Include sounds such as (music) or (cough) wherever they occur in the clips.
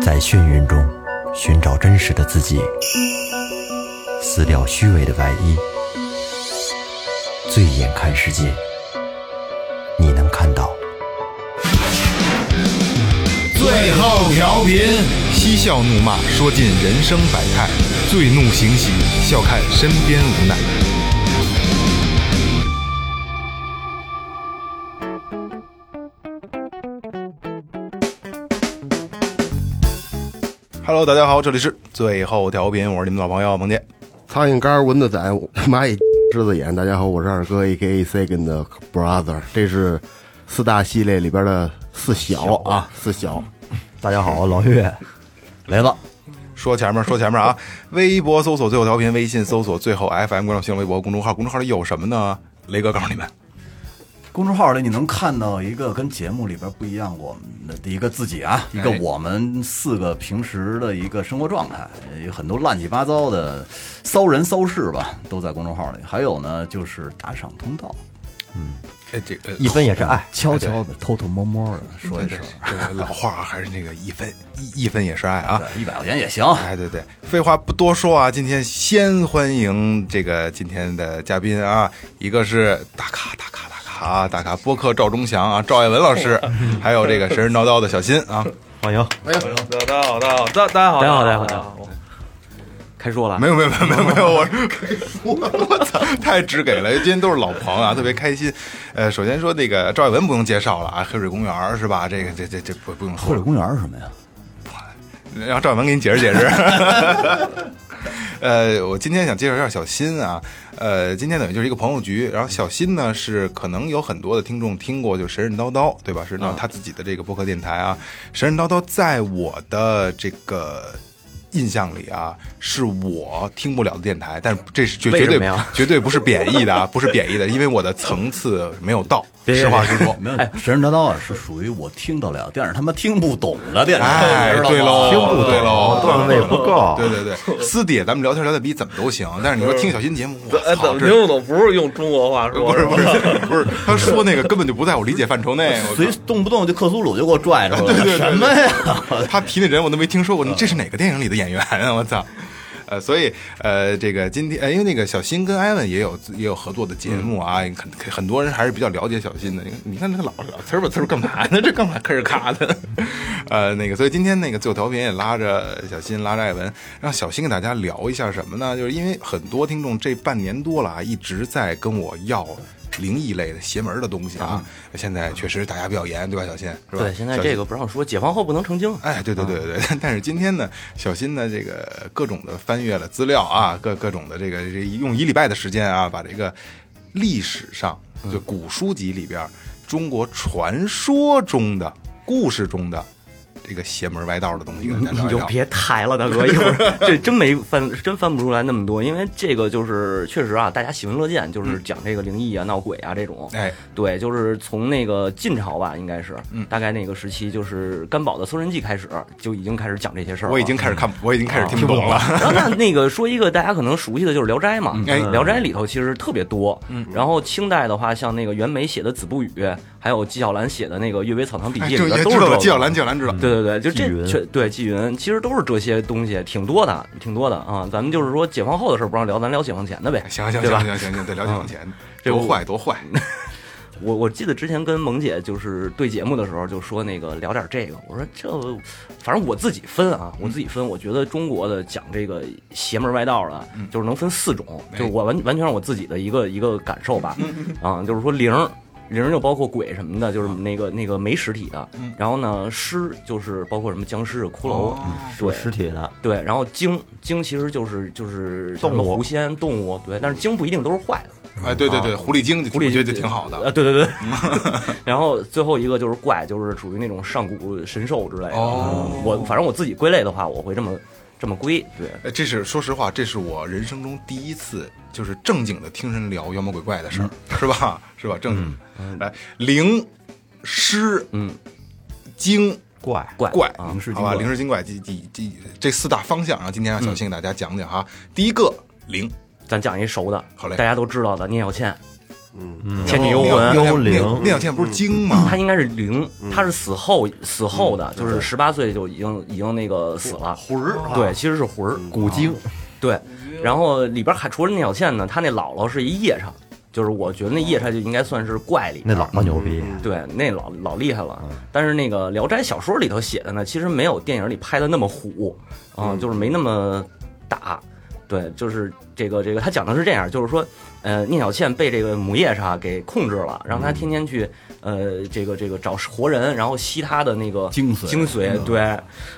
在眩晕中寻找真实的自己，撕掉虚伪的外衣，醉眼看世界，你能看到。最后调频，嬉笑怒骂，说尽人生百态；醉怒行喜，笑看身边无奈。Hello，大家好，这里是最后调频，我是你们老朋友萌姐。苍蝇干、蚊子仔、 (laughs) 蚂蚁、狮子眼。大家好，我是二哥，A K A Second 的 Brother。这是四大系列里边的四小啊，四小。大家好，老岳，雷子，说前面，说前面 (laughs) 啊！微博搜索最后调频，微信搜索最后 FM，关注新浪微博公众号，公众号里有什么呢？雷哥告诉你们， (laughs) 公众号里你能看到一个跟节目里边不一样我们的一个自己啊，哎一个我们四个平时的一个生活状态，有很多乱七八糟的骚人骚事吧，都在公众号里。还有呢，就是打赏通道，哎，这个一分也是爱，悄悄的、偷偷摸摸的说一声，这个老话啊还是那个一分一一分也是爱啊！一百块钱也行。哎，对对，废话不多说啊，今天先欢迎这个今天的嘉宾啊，一个是大咖大咖大咖啊，大咖播客赵忠祥啊，赵爱文老师，还有这个神神叨叨的小新啊，欢迎。大家好，大家好，大家好，大家好，大家好，大家好。开说了，没有没有没有没有没有，我我我操，太直给了，今天都是老朋友啊，特别开心。呃，首先说那个赵伟文不用介绍了啊，黑水公园儿是吧？这个这这这不不用黑说水了，公园是什么呀？让赵伟文给你解释解释。 (laughs) 呃，我今天想介绍一下小新啊，呃，今天等于就是一个朋友局，然后小新呢是可能有很多的听众听过，就神神叨叨，对吧？神神叨他自己的这个播客电台啊，神神叨叨在我的这个。印象里啊，是我听不了的电台，但是这是绝为绝什对么呀 (laughs) 绝对不是贬义的啊，不是贬义的，因为我的层次没有到，别实话实说。没有，神神叨叨啊是属于我听得了，但是他妈听不懂的电哎台，，对喽，听不对喽，段位不够啊对对对，私底下咱们聊天聊的比怎么都行，但是你说听小新节目，我哎，怎操，么这听不懂？不是用中国话说，不是不是不是，他说那个根本就不在我理解范畴内。我随动不动就克苏鲁就给我拽着了，什么 (laughs) 呀？他提那人我都没听说过，你这是哪个电影里的演员啊？我操！呃，所以呃，这个今天呃，因为那个小新跟艾文也有也有合作的节目啊，很很多人还是比较了解小新的。你看你看这个老老呲儿吧呲儿干嘛呢？这 (laughs) 干嘛吭儿咔的？呃，那个，所以今天那个最后调频也拉着小新，拉着艾文，让小新跟大家聊一下什么呢？就是因为很多听众这半年多了啊，一直在跟我要。灵异类的邪门儿的东西啊，现在确实打压比较严，对吧？小新是吧？对，现在小新这个不让说，解放后不能成精。哎，对对对对对，但是今天呢，小新呢这个各种的翻阅了资料啊，各各种的这个这用一礼拜的时间啊，把这个历史上就古书籍里边儿中国传说中的故事中的这个邪门歪道的东西跟大家你聊一就聊。别抬了，大哥，一会儿这真没翻，真翻不出来那么多，因为这个就是确实啊，大家喜闻乐见，就是讲这个灵异啊、闹鬼啊这种。嗯哎，对，就是从那个晋朝吧，应该是，嗯大概那个时期，就是甘宝的《搜神记》开始就已经开始讲这些事儿了。我已经开始看，我已经开始啊听不懂了。 (laughs) 然后那那个说一个大家可能熟悉的就是《聊斋》嘛，哎聊斋》里头其实特别多。嗯然后清代的话，像那个袁枚写的《子不语》，还有纪晓岚写的那个《阅微草堂笔哎，记》这里边也都是知这道个了，纪晓岚，纪晓岚知道。对对对，就这纪云确对纪云，其实都是这些东西，挺多的，挺多的啊。咱们就是说解放后的事儿不让聊，咱聊解放前的呗。行行对行吧行行行，对，了解往前，这多我坏多坏。我我记得之前跟萌姐就是对节目的时候就说那个聊点这个，我说这反正我自己分啊，我自己分，我觉得中国的讲这个邪门歪道的，就是能分四种，嗯哎嗯就是我完完全是我自己的一个一个感受吧，啊，就是说灵儿。灵儿就包括鬼什么的，就是那个那个没实体的嗯。然后呢，尸就是包括什么僵尸、骷髅哦，有对实体的，对，然后精精其实就是就是像动物什么狐仙动物，对，但是精不一定都是坏的，哎，对对对，狐狸精，狐狸我觉就得挺好的。嗯啊，对对对。 (laughs) 然后最后一个就是怪，就是属于那种上古神兽之类的。哦嗯我反正我自己归类的话，我会这么这么归，对，呃，这是说实话，这是我人生中第一次，就是正经的听人聊妖魔鬼怪的事儿，是吧？是吧？正经，来灵、尸、嗯，精、怪怪怪，啊灵，视好吧？灵、尸、精、怪，这这这这四大方向啊，今天让小新给大家讲讲哈。第一个灵，咱讲一熟的，好嘞哦大家都知道的聂小倩，嗯倩女幽那魂两幽灵那两天不是精吗他？应该是零，嗯他是死后死后的，就是十八岁就已经已经那个死了。魂儿嗯啊对，其实是魂儿，古今对，然后里边还除了那小倩呢，她那姥姥是一夜叉，就是我觉得那夜叉就应该算是怪里那边老么牛逼，嗯嗯对，那老老厉害了。但是那个《聊斋》小说里头写的呢，其实没有电影里拍的那么虎啊、嗯就是没那么打。对，就是这个这个，他讲的是这样，就是说，呃，聂小倩被这个母夜叉给控制了，让她天天去，呃，这个这个找活人，然后吸她的那个精髓嗯精髓，对。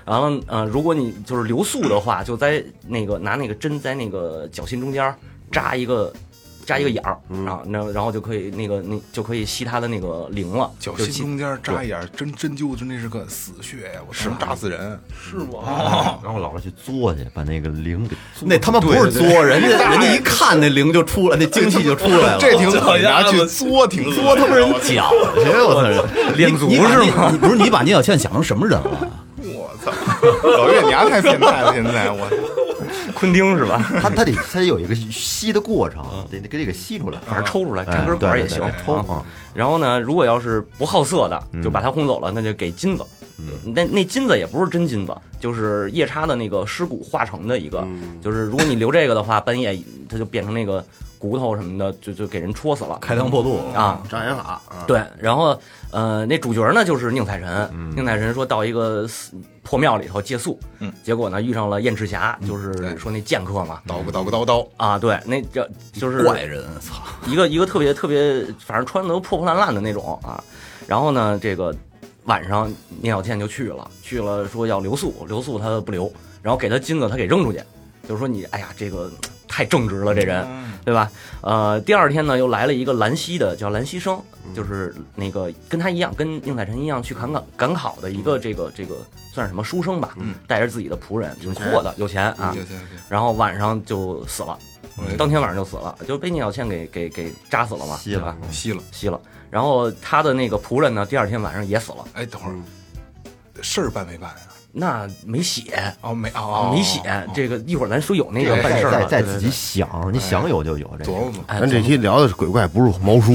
然后，呃，如果你就是留宿的话，就在那个拿那个针在那个脚心中间儿扎一个扎一个眼儿嗯啊，那然后就可以那个那就可以吸他的那个灵了，脚就心吸中间扎一眼，针针灸，真那是个死穴呀！我是啊哎扎死人，是吗？然后姥姥去作去，把那个灵给那他妈不是作，人家人家一看那灵就出来，那精气就出来了。 (laughs) 这挺狠，拿去嘬，挺嘬他 (laughs) 们人讲究，我操， (laughs) 练足你把是聂吗？你不是你把聂小倩想成什么人了？我操，老岳牙太变态了，现在我昆汀是 (laughs) 吧？他他得他得有一个吸的过程，得得给这个吸出来，反正抽出来哎插根管儿也对行对对，嗯抽啊。然后呢，如果要是不好色的，就把他轰走了，那就给金子。嗯那那金子也不是真金子，就是夜叉的那个尸骨化成的一个。嗯就是如果你留这个的话，半夜它就变成那个骨头什么的，就就给人戳死了开膛破肚啊。障眼法啊，对，然后呃，那主角呢就是宁采臣，宁采臣说到一个寺破庙里头借宿，嗯结果呢遇上了燕赤霞，就是对说那剑客嘛，叨咕叨咕叨叨，啊，对，那叫就是怪人，操！一个一个特别特别，反正穿的都破破烂烂的那种啊。然后呢，这个晚上聂小倩就去了，去了说要留宿，留宿他不留，然后给他金子他给扔出去，就是说你哎呀这个太正直了这人，嗯对吧？呃，第二天呢又来了一个兰溪的叫兰溪生，就是那个跟他一样跟宁采臣一样去赶考赶考的一个这个这个算是什么书生吧，带着自己的仆人，就是阔的嗯有钱啊行，行行，然后晚上就死了。我当天晚上就死了，就被聂小倩给给给扎死了嘛，吸对吧了？。吸了。吸了。然后他的那个仆人呢，第二天晚上也死了，哎，等会儿事儿办没办呀？那没写，哦，没哦，哦没写。哦这个一会儿咱说有那这个个办在事儿在了，在对自己。想，你想有就有这琢个。磨琢磨，哎，咱这期聊的是鬼怪，不是毛叔。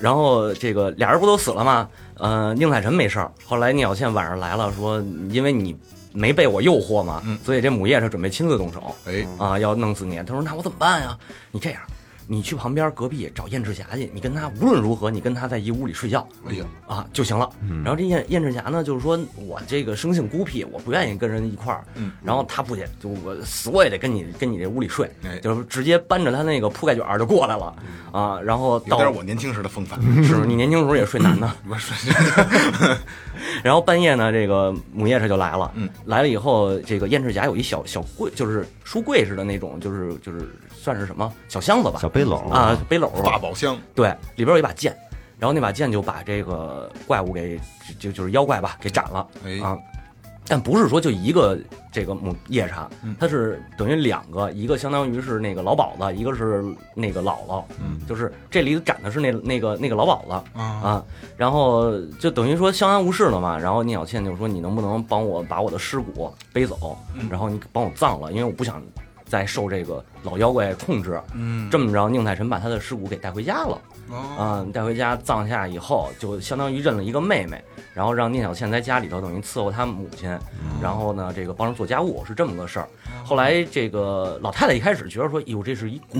然后这个俩人不都死了吗？呃，宁采臣没事儿。后来聂小倩晚上来了，说因为你没被我诱惑嘛，所以这母夜叉准备亲自动手嗯哎，啊，要弄死你。他说那我怎么办呀？你这样，你去旁边隔壁找燕赤霞去，你跟他无论如何，你跟他在一屋里睡觉。哎呀，啊就行了。然后这燕燕赤霞呢，就是说我这个生性孤僻，我不愿意跟人一块儿。嗯然后他不去，就我死我也得跟你跟你这屋里睡哎，嗯就是直接搬着他那个铺盖卷儿就过来了啊。然后有到点我年轻时的风范。 (laughs) 是你年轻时候也睡男的，我说然后半夜呢，这个母夜叉就来了。嗯，来了以后，这个燕赤霞有一小小柜，就是书柜似的那种，就是就是算是什么小箱子吧，小背篓啊，背篓儿八宝箱，对，里边有一把剑，然后那把剑就把这个怪物给就就是妖怪吧给斩了、哎啊。但不是说就一个这个母夜叉，它是等于两个，一个相当于是那个老鸨子，一个是那个姥姥，嗯就是这里斩的是那那个那个老鸨子啊然后就等于说相安无事了嘛。然后聂小倩就说：“你能不能帮我把我的尸骨背走，嗯然后你帮我葬了，因为我不想再受这个老妖怪控制。”嗯，这么着，宁采臣把他的尸骨给带回家了。哦，啊、带回家葬下以后，就相当于认了一个妹妹，然后让聂小倩在家里头等于伺候她母亲，嗯然后呢，这个帮着做家务是这么个事儿。后来这个老太太一开始觉得说，哎哟，这是一 (clears throat) 鬼，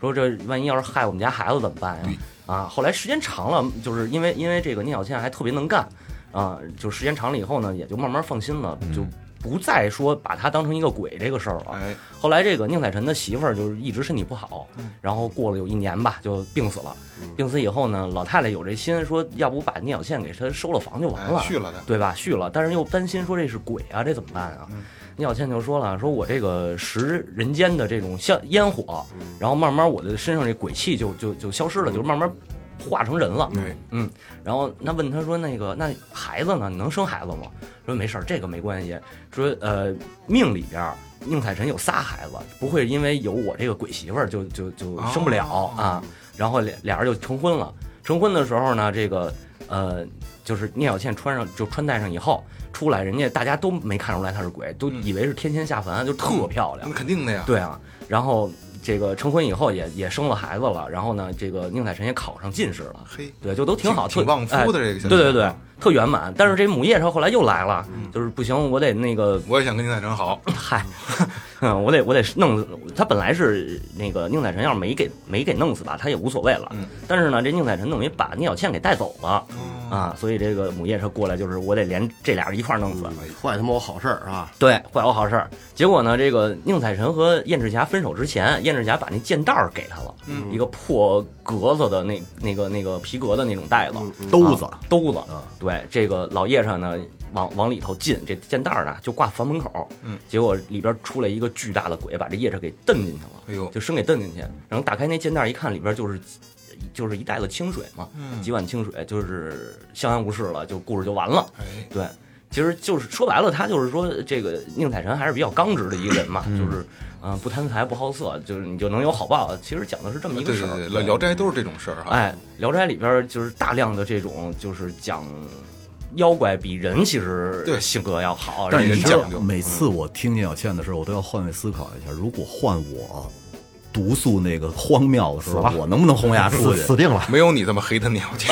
说这万一要是害我们家孩子怎么办呀？啊，后来时间长了，就是因为因为这个聂小倩还特别能干，啊，就时间长了以后呢，也就慢慢放心了，就不再说把她当成一个鬼这个事儿了。哎，后来这个宁采臣的媳妇儿就是一直身体不好，嗯然后过了有一年吧，就病死了。病死以后呢，老太太有这心，说要不把聂小倩给她收了房就完了，哎续了她对吧？续了，但是又担心说这是鬼啊，这怎么办啊？嗯聂小倩就说了，说我这个食人间的这种像烟火，嗯然后慢慢我的身上这鬼气就就就消失了，就慢慢化成人了。对，嗯，然后那问他说那个那孩子呢？你能生孩子吗？说没事儿，这个没关系。说呃命里边儿，宁采臣有仨孩子，不会因为有我这个鬼媳妇儿就就就生不了、啊。然后俩俩人就成婚了。成婚的时候呢，这个呃就是聂小倩穿上就穿戴上以后出来，人家大家都嗯没看出来她是鬼，都以为是天仙下凡，就特漂亮那。肯定的呀。对啊，然后这个成婚以后也也生了孩子了，然后呢，这个宁采臣也考上进士了，嘿对，就都挺好，挺特挺旺夫的哎这个啊小对对伙对，特圆满。但是这母夜叉后来又来了，嗯就是不行，我得那个我也想跟宁采臣好，嗨， (laughs) 嗯，我得我得弄死他。本来是那个宁采臣，要是没给没给弄死吧，他也无所谓了。嗯但是呢，这宁采臣等于把聂小倩给带走了、哦啊，所以这个母夜叉过来就是我得连这俩人一块儿弄嗯死。坏他妈我好事儿啊！对，坏我好事儿。结果呢，这个宁采臣和燕赤霞分手之前，燕赤霞把那剑袋儿给他了，嗯一个破格子的那那个那个皮革的那种袋子，嗯兜子啊兜子。对，这个老叶上呢，往往里头进，这剑袋儿呢就挂房门口。嗯，结果里边出来一个巨大的鬼，把这叶叉给蹬进去了。哎呦就生给蹬进去，然后打开那剑袋儿一看，里边就是。就是一袋子清水嘛，嗯几碗清水，就是相安无事了，就故事就完了。哎，对，其实就是说白了，他就是说这个宁采臣还是比较刚直的一个人嗯嘛，就是啊、呃不贪财不好色，就是你就能有好报。其实讲的是这么一对个对事儿。对，聊聊斋啊都是这种事儿哈，嗯哎，《聊斋》里边儿就是大量的这种，就是讲妖怪比人其实对性格要好，但是是人你人知讲道讲究，每次我听聂小倩的时候，我都要换位思考一下，如果换我毒素那个荒谬的时候，我能不能红牙出死去？死定了，没有你这么黑的鸟叫，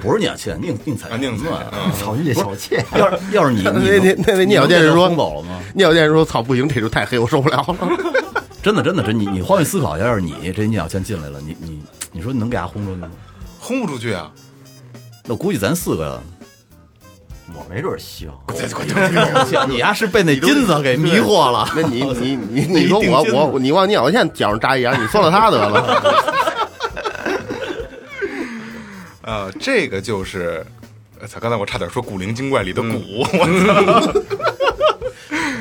不是聂小倩，宁宁采啊臣，宁采臣嗯草叶小妾，要是要是你，那你那那那那你聂小能倩被是他说轰走了吗？聂小倩说：“操，不行，这就太黑，我受不了了。真的真的真的，你你换位思考一下，要是你这聂小倩进来了，你你你说你能给他轰出去吗？轰不出去啊！那我估计咱四 (laughs) 个，啊我没准儿行。你丫是被那金子给迷惑了”。那你你你你说那一定劲我我你往聂小倩脚上扎一眼，你算了他得了。 (laughs) 呃，这个就是，呃操，刚才我差点说古灵精怪里的嗯古，我操，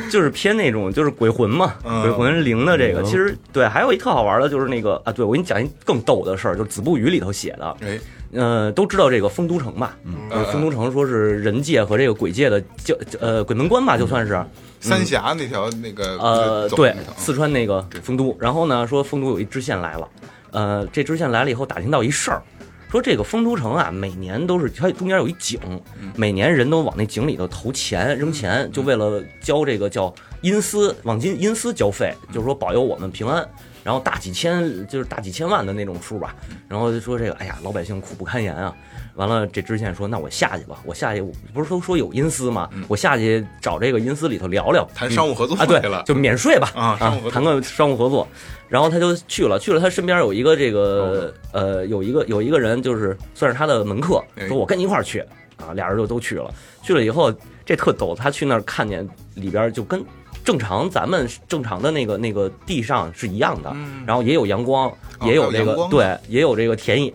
就是偏那种就是鬼魂嘛，嗯鬼魂灵的这个。其实对，还有一特好玩的就是那个啊，对我给你讲一更逗的事儿，就是《子不语》里头写的，哎，呃，都知道这个丰都城吧？嗯，丰都城说是人界和这个鬼界的交呃鬼门关吧，就算是。三峡那条那个嗯呃，嗯走对那条，嗯四川那个丰都，然后呢说丰都有一知县来了，呃，这知县来了以后打听到一事儿，说这个丰都城啊，每年都是它中间有一井，嗯每年人都往那井里头投钱扔钱，就为了嗯交这个叫阴司往金阴司交费，嗯就是说保佑我们平安。然后大几千，就是大几千万的那种数吧。嗯然后就说这个，哎呀，老百姓苦不堪言啊。完了，这知县说，那我下去吧，我下去，我不是都说有阴司吗？我下去找这个阴司里头聊聊，嗯谈商务合作啊，去对了就免税吧啊商务合作谈个商务合作。然后他就去了，去了，他身边有一个这哦个呃，有一个有一个人，就是算是他的门客，哎说我跟你一块儿去啊，俩人就都去了。去了以后，这特逗，他去那儿看见里边就跟正常咱们正常的那个那个地上是一样的，然后也有阳光，也有嗯哦还这有个、阳光嗯对，也有这个田野、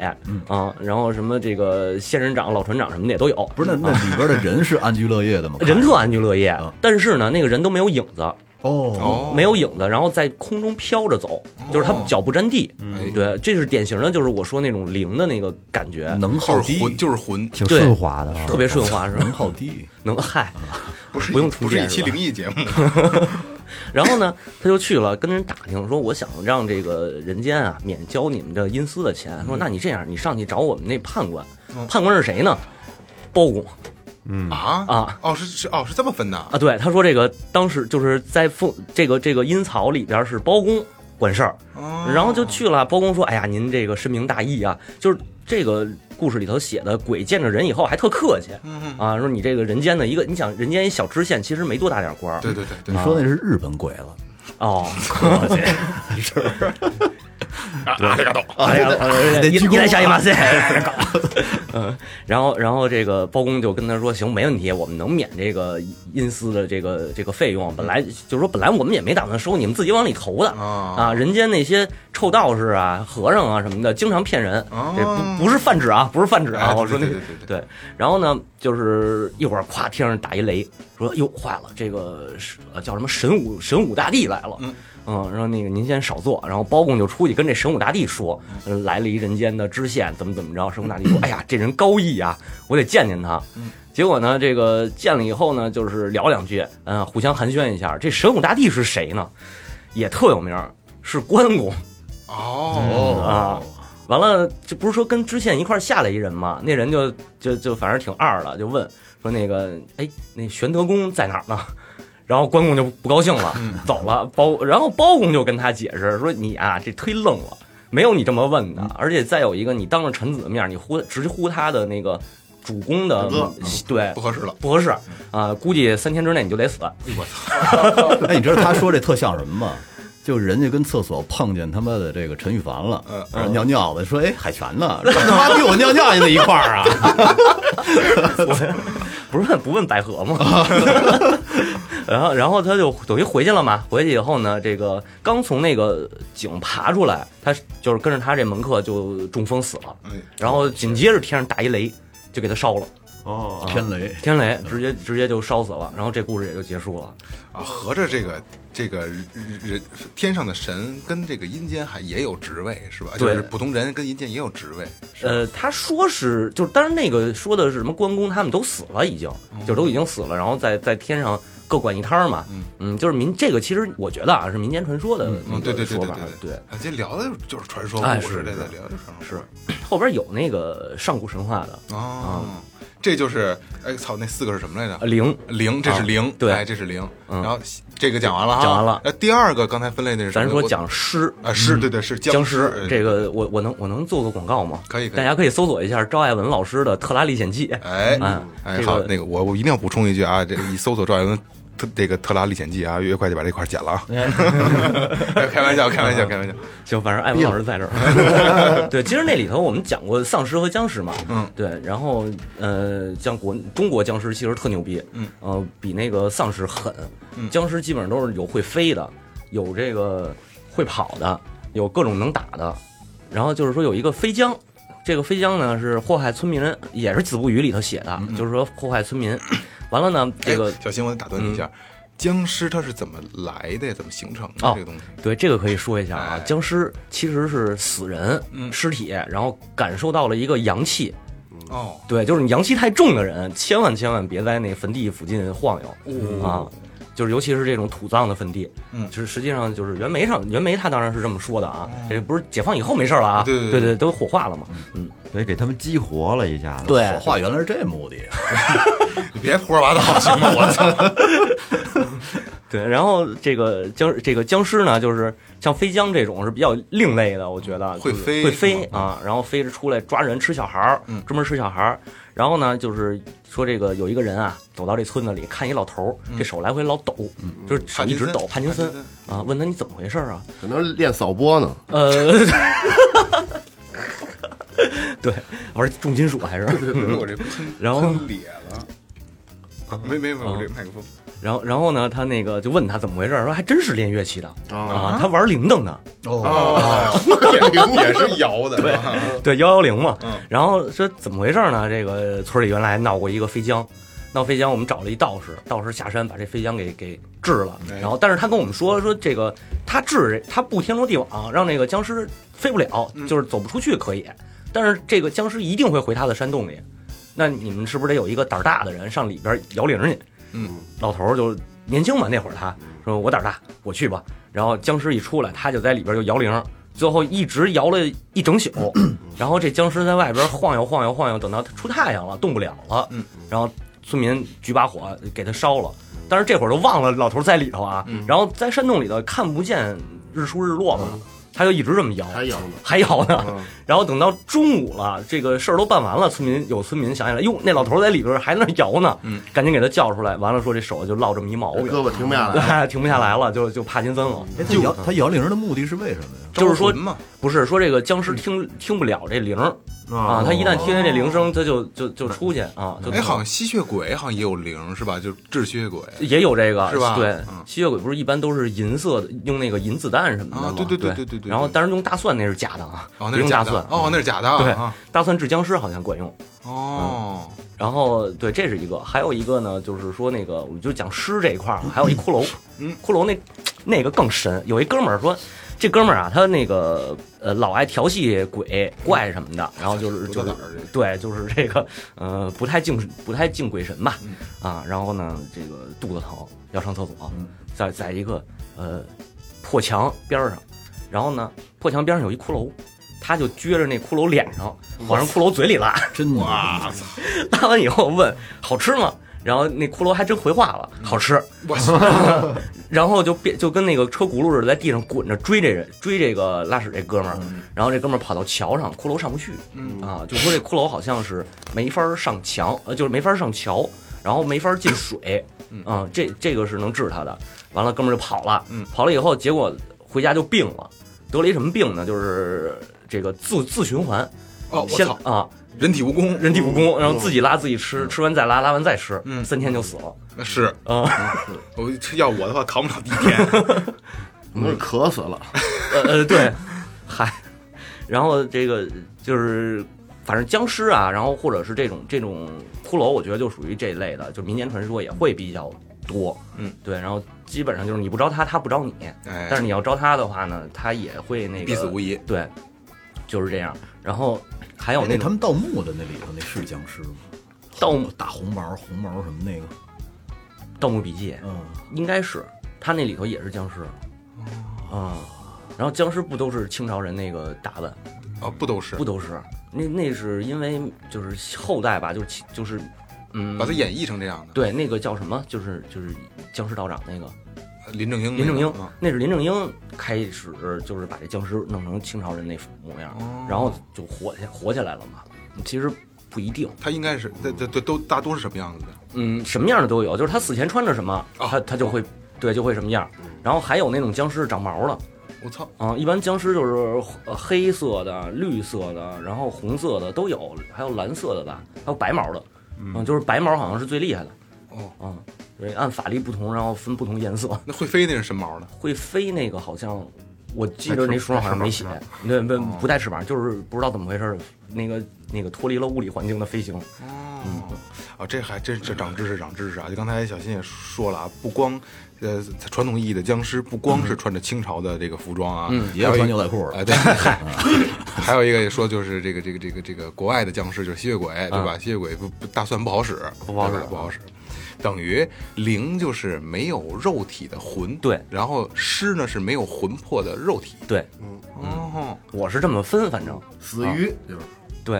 啊，然后什么这个仙人掌、老船长什么的也都有。不是那那里边的人是安居乐业的吗？人特安居乐业啊，但是呢，那个人都没有影子，哦，哦，没有影子，然后在空中飘着走，就是他脚不沾地。对，这是典型的，就是我说那种灵的那个感觉，能就耗是低，魂，就是魂，嗯挺对顺滑的啊，嗯特别顺滑，是能吧？耗低。能嗨，不是不用不出是现一期是吧灵异节目，然后呢，他就去了，跟人打听说，我想让这个人间啊免交你们这阴司的钱。说，那你这样，你上去找我们那判官，判官是谁呢？包公啊啊！哦是是哦是这么分的，啊，对，他说这个当时就是在凤这个这个阴曹里边是包公管事儿，然后就去了。包公说：“哎呀，您这个深明大义啊，就是这个故事里头写的，鬼见着人以后还特客气，啊，说你这个人间的一个，你想人间一小知县，其实没多大点官儿，对对对对你说那是日本鬼了，哦，客气，啊，这个懂，哎呀，一一来下啊一马赛，哎 (laughs) 嗯，然后然后这个包公就跟他说，行，没问题，我们能免这个阴司的这个这个费用。本来就是说，本来我们也没打算收，你们自己往里投的哦啊。人间那些臭道士啊、和尚啊什么的，经常骗人，哦这不不是泛指啊，不是泛指啊，哎我说那对个对对对对。然后呢，就是一会儿咵天上打一雷，说哟坏了，这个是呃叫什么神武神武大帝来了。嗯，然后那个您先少坐，然后包公就出去跟这神武大帝说，呃嗯来了一人间的知县，怎么怎么着。神武 (laughs) 大帝说，哎呀，这人高义啊，我得见见他。嗯结果呢，这个见了以后呢，就是聊两句，嗯、互相寒暄一下。这神武大帝是谁呢？也特有名儿，是关公。哦，啊。完了，这不是说跟知县一块儿下来一人吗？那人就就就反正挺二的，就问说那个，哎，那玄德公在哪儿呢？ (laughs) 然后关公就不高兴了，走了。包，然后包公就跟他解释说：“你啊，这忒愣了，没有你这么问的。而且再有一个，你当着臣子的面，你呼直呼他的那个主公的嗯哥，对，不合适了。不合适啊、估计三天之内你就得死。 (laughs) 哎，你知道他说这特像什么吗？就人家跟厕所碰见他妈的这个陈羽凡了，嗯，尿尿的说，哎，海泉呢？说他妈跟我尿尿也在一块儿啊！不是问不问白 (laughs) 河吗？然后然后他就等于回去了嘛。回去以后呢，这个刚从那个井爬出来，他就是跟着他这门客就中风死了。哎，然后紧接着天上打一雷，就给他烧了， (laughs) 哦， (laughs) 天雷，天雷直接直接就烧死了。然后这故事也就结束了。啊，合着这个这个人天上的神跟这个阴间还也有职位是吧？对就是普通人跟阴间也有职位。呃，他说是就是，当然那个说的是什么关公他们都死了，已经就都已经死了，然后在在天上各管一摊儿嘛。嗯嗯，就是民这个其实我觉得啊是民间传说的那嗯，对个对对说对法，对。啊，这聊的就是传说哎故是事，这是啊个聊的就是传说故 (clears throat) 后边有那个上古神话的事。哦，这就是哎操，那四个是什么来着？呃零零，这是零，对哎，这是零。嗯然后这个讲完了哈，讲完了呃，第二个刚才分类那是什么咱说我讲尸啊，是对对是僵尸尸嗯这个，我我能我能做个广告吗？可以可以大家可以搜索一下赵爱文老师的《特拉历险记》。哎嗯哎这个好，那个我我一定要补充一句啊，这个你搜索赵元文特这个《特拉历险记》啊，越快就把这块剪了啊，哎 (laughs) 哎开玩笑开玩笑开玩笑，就反正艾文老师在这 (laughs) 儿。对，其实那里头我们讲过丧尸和僵尸嘛，嗯，对，然后呃，像国中国僵尸其实特牛逼，嗯，呃，比那个丧尸狠，嗯僵尸基本上都是有会飞的，有这个会跑的，有各种能打的，然后就是说有一个飞僵。这个飞僵呢是祸害村民，也是《子不语》里头写的，就是说祸害村民。完了呢，这嗯个、嗯哎小新我打断你一下，僵尸它是怎么来的呀？怎么形成的哦这个东西？对，这个可以说一下啊哎。僵尸其实是死人、嗯尸体，然后感受到了一个阳气。哦，对，就是你阳气太重的人，千万千万别在那坟地附近晃悠、啊。就是尤其是这种土葬的坟地，哦嗯哦其实实际上就是袁枚上袁枚他当然是这么说的啊，这不是解放以后没事儿了啊，对对对对都火化了嘛，嗯，所以给他们激活了一下子。对火化原来是这目的，啊 (laughs) 你别胡说八道啊 (laughs) 行吗？我操！对，然后这个僵这个僵尸呢，就是像飞僵这种是比较另类的，我觉得会就是飞会是飞吗啊，然后飞着出来抓人吃小孩儿，嗯专门吃小孩儿。然后呢，就是说这个有一个人啊，走到这村子里，看一老头儿，这手来回老抖，就是嗯手帕一金直森抖，帕金森帕金嗯啊，问他你怎么回事儿啊？可能练扫波呢，呃， (laughs) 对，玩重金属还是？我这喷 (laughs) 然后啊喷裂了，没没没，我这麦克风然后然后呢，他那个就问他怎么回事儿，说还真是练乐器的啊，他玩铃铛呢。啊啊哦， (laughs) 也也是摇的，啊对，对幺幺零嘛，嗯然后说怎么回事呢？这个村里原来闹过一个飞僵，闹飞僵，我们找了一道士，道士下山把这飞僵给给治了。哎然后，但是他跟我们说说这个他治这他不天罗地网，让那个僵尸飞不了，嗯就是走不出去可以，但是这个僵尸一定会回他的山洞里。那你们是不是得有一个胆儿大的人上里边摇铃去？嗯，老头儿就年轻嘛，那会儿他说我胆儿大，我去吧。然后僵尸一出来，他就在里边就摇铃，最后一直摇了一 (clears throat) 整宿。然后这僵尸在外边晃悠晃悠晃悠，等到他出太阳了，动不了了。嗯，然后村民举把火给他烧了，但是这会儿都忘了老头在里头啊。嗯然后在山洞里头看不见日出日落嘛，他就一直这么摇，还摇呢还摇呢。嗯然后等到中午了，这个事儿都办完了，村民有村民想起来，哟，那老头在里边还在那摇呢，嗯赶紧给他叫出来。完了说这手就落这么一毛我 (laughs) 病，胳膊停不下来。哎对，停不下来了，就就帕金森了。哎他摇他摇铃的目的是为什么呀？就是说嗯招魂嘛，不是说这个僵尸听听不了这铃儿嗯啊，他一旦听见这铃声，他就就就出去啊，就哦哎，好像吸血鬼好像也有铃是吧？就治吸血鬼也有这个是吧对嗯，吸血鬼不是一般都是银色的，用那个银子弹什么的啊吗？对对对对对对对然后，但是用大蒜那是假的啊，哦，不那是用假大的蒜，哦，那是假的啊，对啊大蒜治僵尸好像管用。哦，然后对，这是一个，还有一个呢，就是说那个，我们就讲诗这一块儿，还有一骷髅， (laughs) 嗯，骷髅那那个更神，有一哥们儿说。这哥们儿啊，他那个呃老爱调戏鬼怪什么的，然后就是不就嗯到是哪儿这对，就是这个呃不太敬不太敬鬼神吧，嗯啊，然后呢这个肚子疼要上厕所，嗯在在一个呃破墙边儿上，然后呢破墙边上有一骷髅，他就撅着那骷髅脸上往人骷髅嘴里拉，真的， (laughs) 哇操！拉完以后问好吃吗？然后那骷髅还真回话了，好吃， (laughs) 我去，然后就变就跟那个车轱辘似的，在地上滚着追这人，追这个拉屎这哥们儿，嗯然后这哥们儿跑到桥上，骷髅上不去，啊，就说这骷髅好像是没法儿上墙，呃，就是没法儿上桥，然后没法儿进水，嗯啊，这这个是能治他的。完了，哥们儿就跑了，嗯跑了以后，结果回家就病了，得了一什么病呢？就是这个自自循环，哦，我先操，啊，人体蜈蚣，人体蜈蚣，然后自己拉自己吃，吃完再拉，拉完再吃，嗯三天就死了那是啊。 (laughs) 我要我的话扛不了第一 (laughs) 天，我们是渴死了，呃呃，对，嗯 (laughs) 嗨，然后这个就是反正僵尸啊，然后或者是这种这种骷髅，我觉得就属于这一类的，就民间传说也会比较多。嗯，对，然后基本上就是你不招他，他不招你，哎，但是你要招他的话呢，他也会那个必死无疑。对，就是这样。然后还有哎那那他种们盗墓的那里头那是僵尸吗？盗墓大红毛、红毛什么那个， 《盗墓笔记》，嗯，应该是他那里头也是僵尸，啊、然后僵尸不都是清朝人那个打扮？哦，不都是不都是，那那是因为就是后代吧，就是其就是，嗯，把它演绎成这样的？对那个叫什么，就是就是僵尸道长那个林正英那个，林正英啊，那是林正英开始就是把这僵尸弄成清朝人那副模样，然后就火起火起来了嘛。其实不一定，他应该是这这这都大多是什么样子的？嗯，什么样的都有，就是他死前穿着什么，啊他他就会对就会什么样。然后还有那种僵尸是长毛了。我操，啊、一般僵尸就是呃黑色的、绿色的，然后红色的都有，还有蓝色的吧，还有白毛的，嗯、就是白毛好像是最厉害的，哦，嗯，对，按法力不同，然后分不同颜色，那会飞那是什么毛的？会飞那个好像我记着那书上好像没写，对，不不带翅膀，就是不知道怎么回事儿，那个那个脱离了物理环境的飞行，哦，啊，这还真是长知识，长知识啊！就刚才小新也说了啊，不光呃传统意义的僵尸，不光是穿着清朝的这个服装啊，嗯也要穿牛仔裤啊，了。对，嗨， (laughs) 还有一个也说就是这个这个这个这个国外的僵尸就是吸血鬼，对吧？吸血鬼不不大蒜不好使，不好使不好使。等于灵就是没有肉体的魂，对然后尸呢是没有魂魄的肉体。对，哦，我是这么分，反正死鱼就是对，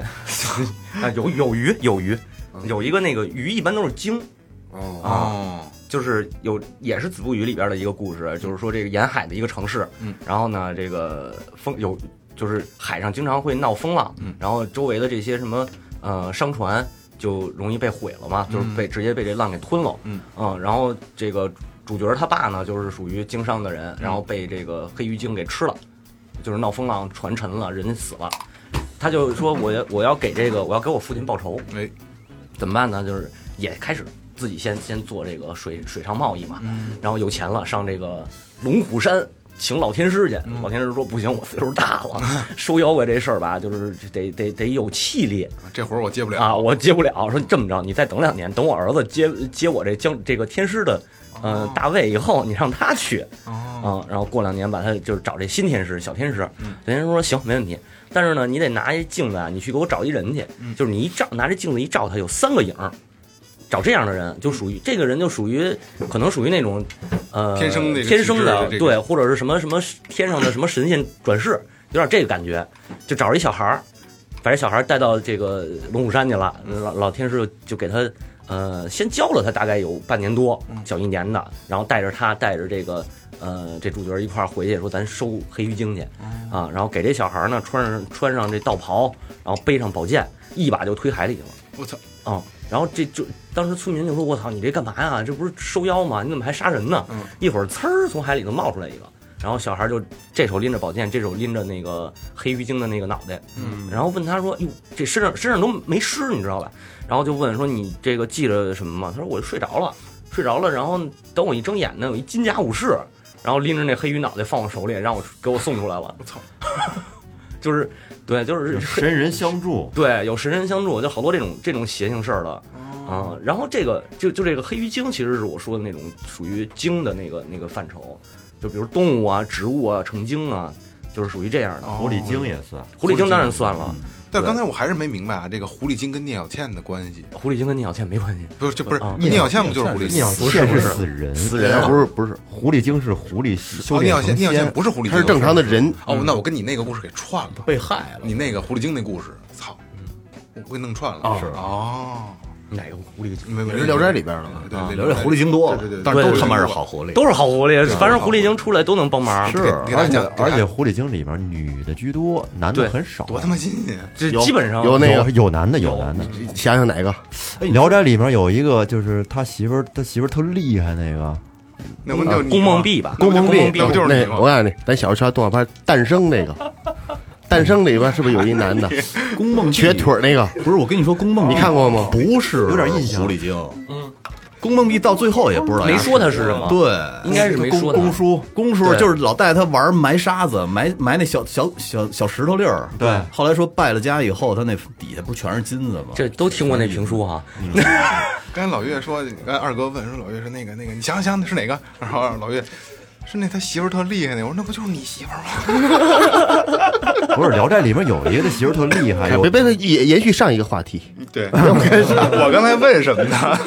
啊，有有鱼有鱼，有一个那个鱼一般都是鲸。啊哦，哦，就是有也是《子不语》里边的一个故事，就是说这个沿海的一个城市，嗯，然后呢，这个风有就是海上经常会闹风浪，嗯然后周围的这些什么呃商船就容易被毁了嘛，就是被直接被这浪给吞了，嗯然后这个主角他爸呢就是属于经商的嗯人，然后被这个黑鱼精给吃了，就是闹风浪船沉了，人家死了，他就说我要我要给这个我要给我父亲报仇，哎，怎么办呢？就是也开始自己先先做这个水水上贸易嘛，然后有钱了上这个龙虎山请老天师去。老天师说不行，我岁数大了，收妖怪这事儿吧，就是得得得有气力这活儿我接不了。啊，我接不了。说这么着，你再等两年，等我儿子接接我这将这个天师的。呃，大卫以后你让他去，啊，然后过两年把他就是找这新天师、小天师，小天师说行没问题，但是呢，你得拿一镜子啊，你去给我找一人去，嗯就是你一照拿这镜子一照，他有三个影儿，找这样的人就属于这个人就属于可能属于那种呃天生那个天体质生的的这个对，或者是什么什么天上的什么神仙转世，有点这个感觉，就找一小孩儿，把这小孩儿带到这个龙虎山去了，老老天师就就给他。呃，先教了他大概有半年多，嗯小一年的，然后带着他，带着这个呃这主角一块儿回去，说咱收黑鱼精去啊，然后给这小孩儿呢穿上穿上这道袍，然后背上宝剑，一把就推海里去了。我操，啊、然后这就当时村民就说：“我操，你这干嘛呀？这不是收妖吗？你怎么还杀人呢？”嗯一会儿呲儿从海里头冒出来一个，然后小孩就这手拎着宝剑，这手拎着那个黑鱼精的那个脑袋，嗯，然后问他说：“哟，这身上身上都没湿，你知道吧？”然后就问说：“你这个记着什么吗？”他说：“我睡着了，睡着了。然后等我一睁眼呢，有一金甲武士，然后拎着那黑鱼脑袋放我手里，让我给我送出来了。”我操， (laughs) 就是对，就是神人相助，对，有神人相助，就好多这种这种邪性事儿的啊、然后这个就就这个黑鱼精，其实是我说的那种属于精的那个那个范畴，就比如动物啊、植物啊、成精啊，就是属于这样的。狐狸精也算，哦狐狸精当然算了，但对刚才我还是没明白啊，这个狐狸精跟聂小倩的关系，狐狸精跟聂小倩没关系。不是这不是啊聂小倩不就是狐狸精？不是不是死人，死哎不是不是，狐狸精是狐狸修哦，聂小炼倩，成聂小倩仙，不是狐狸精，他是正常的人，哦，那我跟你那个故事给串了，被害了，你那个狐狸精那故事，操，我给弄串了，是哦，哪个狐狸精？没也没是《聊斋》里边的嘛。对，聊这狐狸精多了对对对，但是都他妈是好狐狸， (laughs) 都是好狐狸，反正狐狸精出来都能帮忙。是，给给大而且家给大而家且狐狸精里面女的居多，男对的很少。多他妈新鲜！这有基本上有那有个，有男的，有男的。想想哪个？哎《聊斋》里面有一个，就是他媳妇儿，他媳妇儿特厉害那个，那不就你吗宫啊梦碧吧那不就宫梦碧那不就是你那吗？我告诉你，咱小时候瞧动画片《诞生》那个，《诞生》里边是不是有一男的宫梦瘸腿儿那个？不是我跟你说，宫梦你看过吗？不是有点印象狐狸精，嗯，宫梦碧到最后也不知道没说他是什么对，应该是没说他公叔，公叔对就是老带他玩埋沙子，埋埋那小小小小石头粒儿。对后来说败了家以后，他那底下不是全是金子吗？这都听过那评书啊哈，刚才老岳说，刚才二哥问说老岳是那个那个，你想想是哪个？然后老岳是那他媳妇儿特厉害那，我说那不就是你媳妇儿吗？不是《聊斋》里面有一个他媳妇儿特厉害，哎有别别别，延延续上一个话题， (laughs) 对，我刚才问什么呢？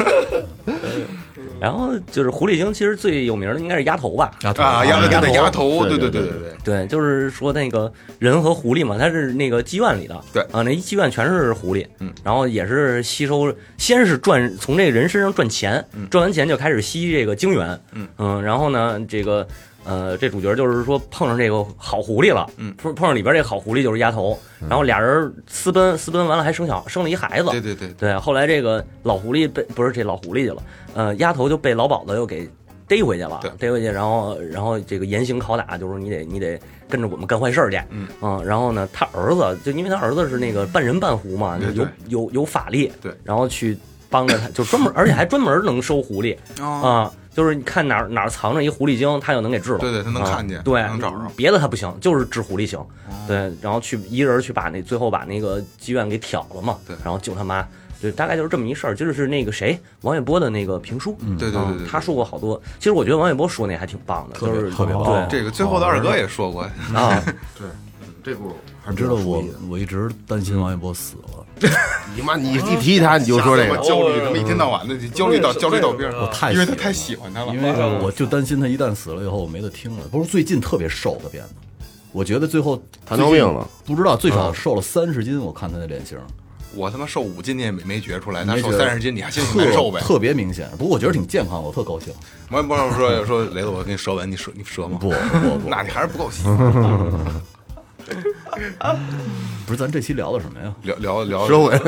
然后就是狐狸精，其实最有名的应该是丫头吧？丫头 (laughs) 啊，丫丫头丫对头丫头，对对对对对对对对，对，就是说那个人和狐狸嘛，它是那个妓院里的，对啊，那一妓院全是狐狸，嗯，然后也是吸收，先是赚从这人身上赚钱，赚完钱就开始吸这个精元，嗯然后呢，这个呃，这主角就是说碰上这个好狐狸了，嗯碰碰上里边这好狐狸就是丫头，然后俩人私奔，私奔完了还生小生了一孩子，对对对，对，后来这个老狐狸被不是这老狐狸去了，呃，丫头就被老鸨子又给逮回去了对，逮回去，然后然后这个严刑拷打，就是你得你得跟着我们干坏事儿去，嗯然后呢，他儿子就因为他儿子是那个半人半狐嘛，对有对有有法力，对然后去帮着他，就专门而且还专门能收狐 (laughs) 狸啊、哦，就是你看哪儿哪儿藏着一狐狸精，他就能给治了，对对，他能啊看见，对，能找着。哦别的他不行，就是治狐狸行。对，然后去一人去把那最后把那个妓院给挑了嘛，对然后救他妈，对，大概就是这么一事儿。就是那个谁，王玥波的那个评书，嗯对对对对对他说过好多。其实我觉得王玥波说那还挺棒的，特别就是特别棒对这个最后的二哥也说哦过，啊，这部你知道我我一直担心王一博死了，你妈你一提他你就说这我个，焦虑，他妈一天到晚的焦虑到焦虑到边儿，我哦太因为他喜欢太喜欢他了，因为我就担心他一旦死了以后我没得听了。不是最近特别瘦，他变得，我觉得最后糖尿病了，不知道最少瘦了三十斤，我看他那脸型。我他妈瘦五斤你也没没觉出来，没他瘦觉得三十斤你还心里特难受呗？特别明显。不过我觉得挺健康，我特高兴。王一博说说雷子，我给你舌吻，你舌你舌 (laughs) 吗？不不不，那你还是不 (laughs) 够细。不是咱这期聊的什么呀？聊聊聊舌吻，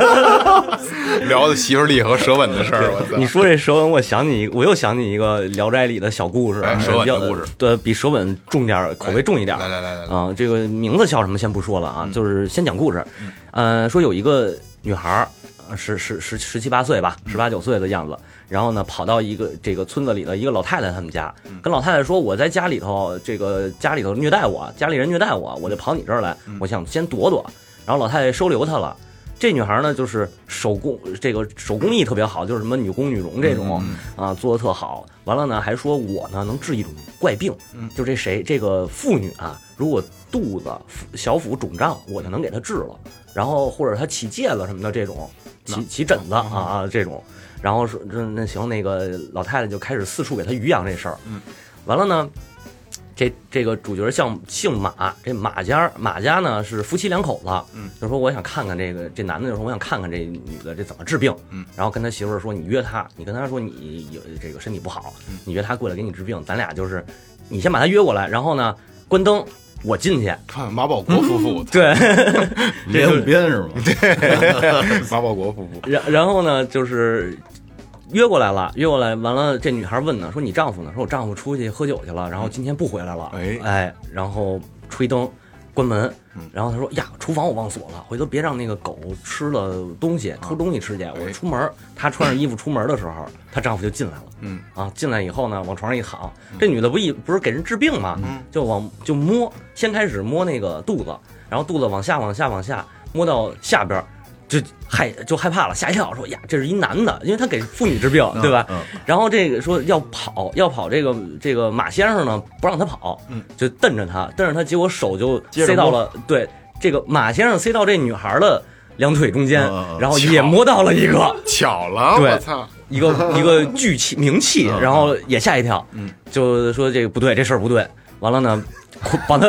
(laughs) 聊的媳妇儿力和舌吻的事儿，我操！你说这舌吻，我想起一个，我又想起一个《聊斋》里的小故事，哎舌吻的要故事哎对比舌吻重点儿，口味重一点儿。来来来来来啊、这个名字叫什么先不说了啊，就是先讲故事。呃，说有一个女孩儿，呃十十十十七八岁吧，十八九岁的样子，然后呢跑到一个这个村子里的一个老太太他们家，跟老太太说我在家里头，这个家里头虐待我，家里人虐待我，我就跑你这儿来，我想先躲躲。然后老太太收留她了。这女孩呢，就是手工这个手工艺特别好，就是什么女工、女容这嗯种啊，做的特好。完了呢，还说我呢能治一种怪病，就这谁这个妇女啊，如果肚子腹小腹肿胀，我就能给她治了。然后或者她起疥子什么的这种，起起疹子啊这种。然后说那那行，那个老太太就开始四处给她鱼养这事儿。完了呢，这这个主角像姓马，这马家马家呢是夫妻两口子，嗯，就说我想看看这个这男的，就说我想看看这女的这怎么治病，嗯，然后跟他媳妇儿说你约他，你跟他说你有这个身体不好，你约他过来给你治病，咱俩就是你先把他约过来，然后呢关灯，我进去，看马保国 (laughs) 夫妇，对，连五边 (laughs) 是吗？马保国夫妇，然然后呢就是。约过来了，约过来，完了，这女孩问呢，说你丈夫呢？说我丈夫出去喝酒去了，然后今天不回来了。哎然后吹灯，关门，然后她说呀，厨房我忘锁了，回头别让那个狗吃了东西，偷东西吃去。我出门，她穿上衣服出门的时候，她丈夫就进来了。嗯啊，进来以后呢，往床上一躺，这女的不一不是给人治病吗？就往就摸，先开始摸那个肚子，然后肚子往下往下往下摸到下边儿。就害就害怕了，吓一跳，说呀，这是一男的，因为他给妇女治病，对吧？然后这个说要跑，要跑，这个这个马先生呢不让他跑，就瞪着他，瞪着他，结果手就塞到了对这个马先生塞到这女孩的两腿中间，然后也摸到了一个巧了，对我操！一个一个巨气名气，然后也吓一跳，就说这个不对，这事儿不对。完了呢， (laughs) 捆把他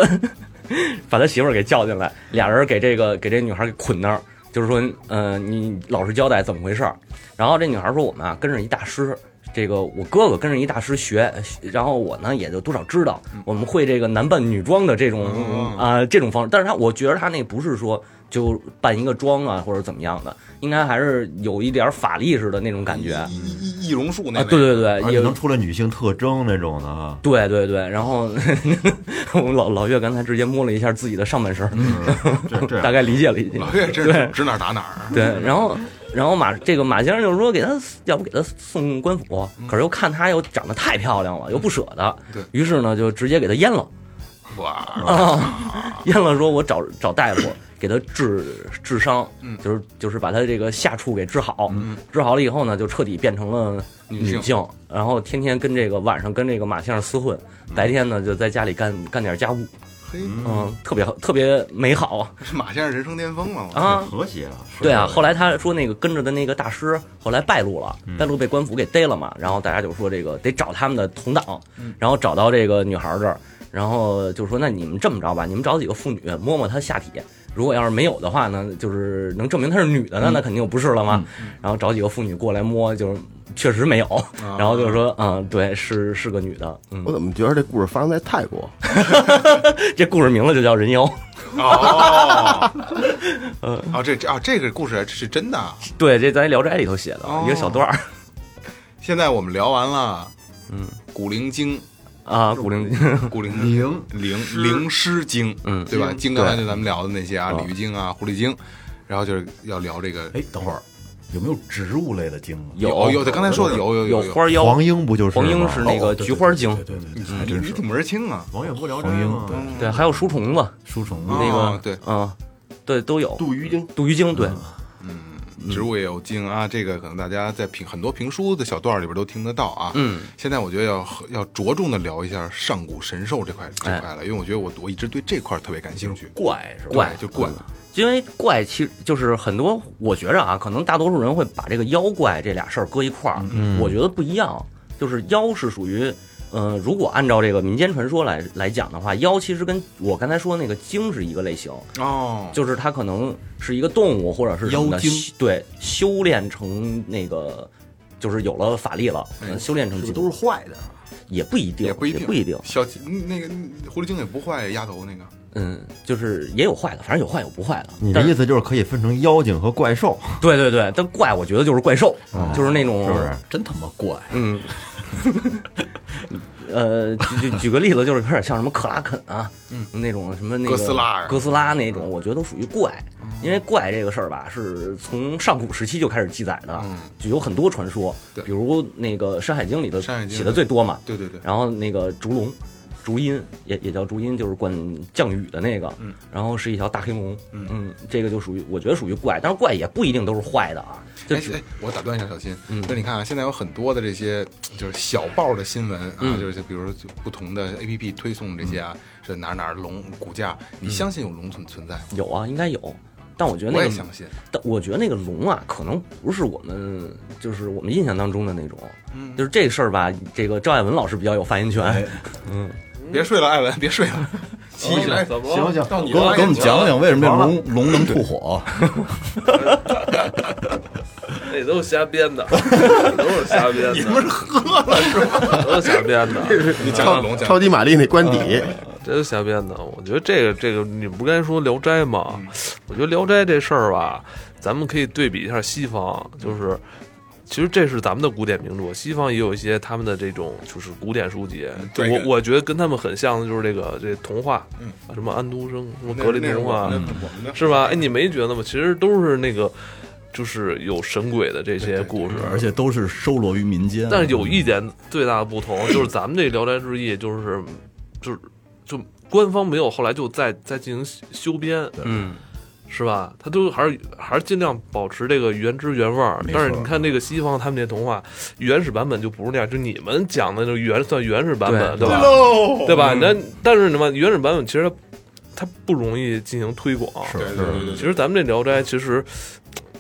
把他媳妇儿给叫进来，俩人给这个给这女孩给捆那儿，就是说，呃，你老实交代怎么回事儿。然后这女孩说，我们啊跟着一大师，这个我哥哥跟着一大师学，然后我呢也就多少知道，我们会这个男扮女装的这种啊、这种方式。但是他我觉得他那不是说就扮一个妆啊或者怎么样的，应该还是有一点法力似的那种感觉啊。易易易容术那啊类对啊对对，也而且啊能出来女性特征那种的啊，对对对，然后 (laughs) 我们老老岳刚才直接摸了一下自己的上半身儿，嗯这 (laughs) 这大概理解了一下。老岳真是指哪儿打哪儿。对，然后然后马这个马先生就说给他，要不给他送官府，可是又看他又长得太漂亮了，又不舍得，嗯对于是呢就直接给他阉了哇，啊，阉了说我找找大夫。给他治治伤，嗯就是就是把他这个下处给治好，治好了以后呢，就彻底变成了女性女性，然后天天跟这个晚上跟这个马先生厮混，白天呢就在家里干干点家务，嘿，嗯，特别好，特别美好这 (laughs) 是马先生人生巅峰了我啊！和谐啊，对啊，后来他说那个跟着的那个大师后来败露了，败露被官府给逮了嘛，然后大家就说这个得找他们的同党，然后找到这个女孩儿这儿，然后就说那你们这么着吧，你们找几个妇女摸摸她下体，如果要是没有的话呢，就是能证明她是女的呢，那肯定就不是了嘛。然后找几个妇女过来摸，就是确实没有，然后就说嗯，对，是是个女的，嗯 (laughs) 我，怎么觉得这故事发生在泰国？这故事名字就叫人妖。哦， (laughs) 哦，这这啊，这个故事是真的啊。对，这咱《聊斋》里头写的、一个小段儿现在我们聊完了，嗯，古灵 (laughs) 精，啊，古灵古灵灵灵灵师精，嗯对吧？精精刚才就咱们聊的那些啊，哦鲤鱼精啊，狐狸精，然后就是要聊这个哎，等会儿有没有植物类的精啊？有有，他刚才说的有有有有，花妖，黄英不就是吗黄啊英是那个哦对菊花精，对对对对对，你你挺门儿清啊，王永不聊斋黄英吗？对啊对，还有书虫子，书虫哦子那个对，嗯，对，都有杜鱼精嗯杜鱼精，对，植物也有精啊，这个可能大家在评很多评书的小段儿里边都听得到啊。嗯，现在我觉得要和要着重的聊一下上古神兽这块这哎块了，因为我觉得我我一直对这块儿特别感兴趣。怪是吧？怪就怪，因为怪其实就是很多，我觉着啊，可能大多数人会把这个妖怪这俩事儿搁一块儿，嗯我觉得不一样，就是妖是属于。呃，如果按照这个民间传说来来讲的话，妖其实跟我刚才说那个精是一个类型，哦，就是它可能是一个动物或者是什么的妖精修对，修炼成那个就是有了法力了，呃修炼成精哎都是坏的，也不一定，也不一定，不一定。小那个狐狸精也不坏，丫头那个嗯，就是也有坏的，反正有坏有不坏的。你的但意是思就是可以分成妖精和怪兽，对对对，但怪我觉得就是怪兽，就是那种是不是？哦真他妈怪！嗯， (laughs) 呃，举举举个例子，就是有点像什么克拉肯啊，嗯，那种什么那个哥斯拉啊哥斯拉那种，我觉得都属于怪，因为怪这个事儿吧，是从上古时期就开始记载的，嗯就有很多传说，对比如那个《山海经》里头山海经写的最多嘛，对对对，然后那个烛龙，烛阴也也叫烛阴，就是管降雨的那个。嗯，然后是一条大黑龙。嗯这个就属于我觉得属于怪，但是怪也不一定都是坏的啊。就哎只哎，我打断一下，小新嗯，那你看啊，现在有很多的这些就是小报的新闻啊，嗯就是比如说就不同的 A P P 推送这些啊，是哪儿哪儿龙骨架，你相信有龙存存在吗？有啊，应该有。但我觉得我嗯那也个相，信，但我觉得那个龙啊，可能不是我们就是我们印象当中的那种。嗯就是这事儿吧，这个赵爱文老师比较有发言权。哎，别睡了，艾文，别睡了，起来，行行，到你给我了给我们讲讲为什么这完了龙龙能吐火？ (laughs) 那都是瞎编的，都是瞎编的。你们是喝了是吧？都是瞎编的， (laughs) 你讲讲龙，讲超级玛丽那官邸，这都是瞎编的。我觉得这个这个，你不刚才说《聊斋》吗？嗯我觉得《聊斋》这事儿吧，咱们可以对比一下西方，就是。其实这是咱们的古典名著，西方也有一些他们的这种就是古典书籍。嗯对我我觉得跟他们很像的就是这个这童话，嗯啊什么安徒生、什么那格林那是童啊话，我们的我们的是吧？哎，你没觉得吗？其实都是那个，就是有神鬼的这些故事，而且都是收罗于民间。啊但是有一点最大的不同，就是咱们这《聊斋志异》就是就是就官方没有后来就再再进行修编，嗯，是吧？他都还是还是尽量保持这个原汁原味儿没。错但是你看这个西方他们这童话原始版本就不是那样，就你们讲的那原算原始版本，对对吧？对嗯吧？那但是什么原始版本其实它它不容易进行推广，是对对对对其对，实咱们这《聊斋》，其实，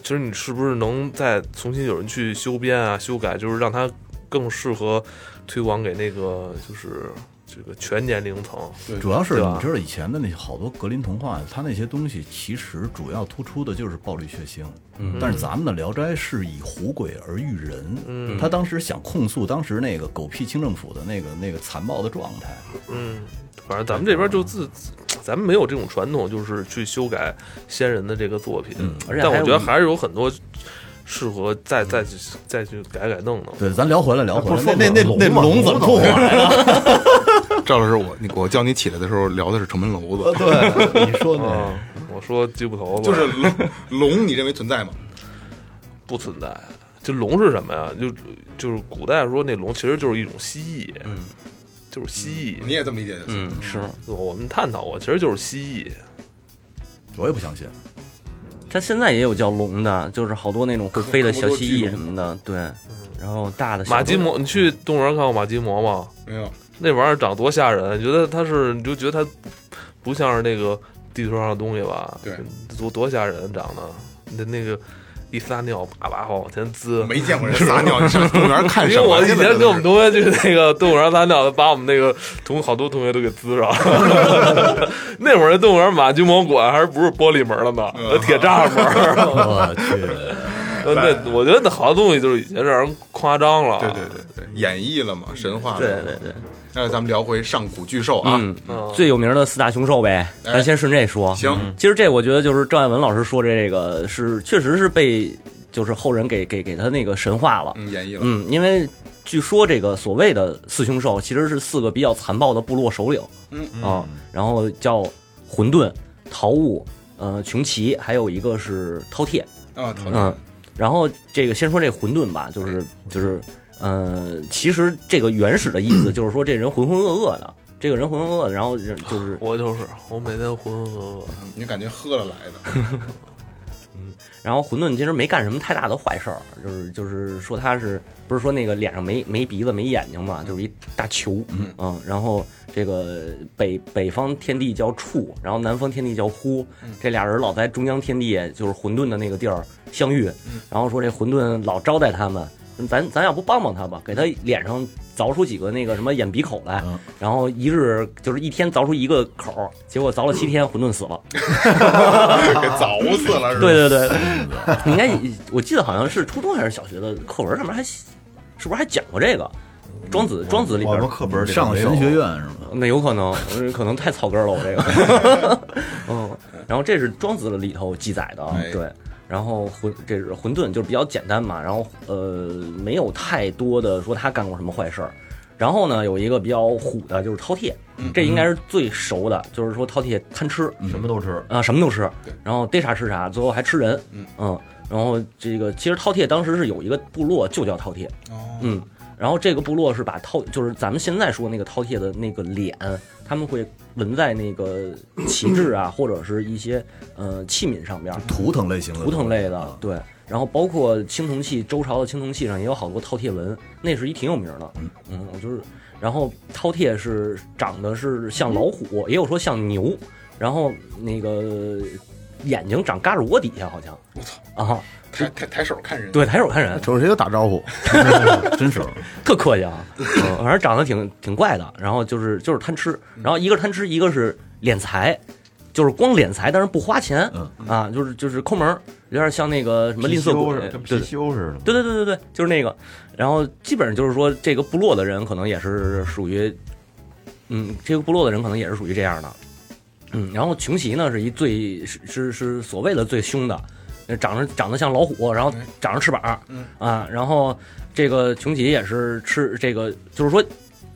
其实你是不是能再重新有人去修编啊、修改，就是让它更适合推广给那个就是这个全年龄层，主要是对吧你知道以前的那些好多格林童话，它那些东西其实主要突出的就是暴力血腥。嗯，但是咱们的《聊斋》是以狐鬼而喻人。嗯，他当时想控诉当时那个狗屁清政府的那个那个残暴的状态。嗯反正咱们这边就自，自咱们没有这种传统，就是去修改先人的这个作品。而且但还我有觉得一还是有很多适合再再去再去改改弄弄。对，咱聊回来聊回不是来，说那那那那龙龙吗怎么吐火来了？赵老师，我你我叫你起来的时候聊的是城门楼呃子，对，你说呢？啊，我说鸡骨头吧，就是龙龙，你认为存在吗？不存在。就龙是什么呀？就就是古代说那龙其实就是一种蜥蜴，就是蜥蜴。嗯你也这么理解就行。嗯，是我们探讨过，其实就是蜥蜴。我也不相信。它现在也有叫龙的，就是好多那种会飞的小蜥蜴什么的，对。然后大的小嗯马金貘，你去动物园看过马金貘吗？没有，那玩意儿长多吓人！你觉得它是，你就觉得它不像是那个地球上的东西吧？对，多多吓人长得，那那个一撒尿，叭叭往前滋。没见过人撒尿，你上动物园看 (laughs) 因什为么？我以现在前真的跟我们是同学去那个动物园撒尿，把我们那个同好多同学都给滋上了。 (laughs) 那会儿那动物园马金毛馆还是不是玻璃门了呢？嗯有铁栅 (laughs) 门儿。 (laughs) 呃我去。那我觉得那好多东西就是已经让人夸张了。啊对对对对，演绎了嘛，神话。对对。对，那咱们聊回上古巨兽啊，嗯，最有名的四大凶兽呗，哎咱先顺这说。行嗯，其实这我觉得就是赵爱文老师说这个是确实是被就是后人给给给他那个神化了。嗯，演绎了。嗯，因为据说这个所谓的四凶兽其实是四个比较残暴的部落首领。嗯啊，然后叫混沌、桃物、呃穷奇，还有一个是饕餮。啊，讨厌嗯，然后这个先说这混沌吧，就是就是，呃，其实这个原始的意思就是说这人浑浑噩噩的，这个人浑浑噩噩的，然后人就是，我就是我每天浑浑噩噩。嗯你感觉喝了来的， (laughs) 然后混沌其实没干什么太大的坏事儿，就是就是说他是不是说那个脸上没没鼻子没眼睛嘛，就是一大球，嗯然后这个北北方天地叫处，然后南方天地叫呼，这俩人老在中央天地就是混沌的那个地儿相遇，然后说这混沌老招待他们，咱咱要不帮帮他吧，给他脸上凿出几个那个什么眼鼻口来，然后一日就是一天凿出一个口儿，结果凿了七天，混沌死了。给凿死了是吧？对对对， (laughs) 你应该我记得好像是初中还是小学的课文上面还写是不是还讲过这个？庄子庄子里我边们课本里上没有神学院是吗？那有可能，呃可能太草根了，我这个。 (laughs) 嗯，然后这是庄子里头记载的，啊哎，对。然后混这是混沌，就是比较简单嘛。然后呃，没有太多的说他干过什么坏事儿。然后呢，有一个比较虎的，就是饕餮，这应该是最熟的，就是说饕餮贪吃，什么都吃，啊，什么都吃对，然后逮啥吃啥，最后还吃人。嗯然后这个其实饕餮当时是有一个部落就叫饕餮，哦嗯，然后这个部落是把饕就是咱们现在说那个饕餮的那个脸，他们会纹在那个旗帜啊，或者是一些呃器皿上边儿，图腾类型的，图腾类的，对。然后包括青铜器，周朝的青铜器上也有好多饕餮纹，那是一挺有名的。嗯，我就是，然后饕餮是长得是像老虎，也有说像牛，然后那个眼睛长嘎着窝底下，好像。我操啊！抬抬抬手看人，对，抬手看 (laughs) 人，瞅谁都打招呼，真是特客气啊，嗯反正长得挺挺怪的。然后就是就是贪吃，然后一个贪吃，一个是敛财，就是光敛财，但是不花钱，啊，就是就是抠门儿，有点像那个什么吝啬貅鬼似的，，跟对貔貅似的。对对对对对，就是那个。然后基本上就是说，这个部落的人可能也是属于，嗯，这个部落的人可能也是属于这样的。嗯，然后穷奇呢是一最是是是所谓的最凶的，呃长着长得像老虎，然后长着翅膀，嗯啊，然后这个穷奇也是吃这个，就是说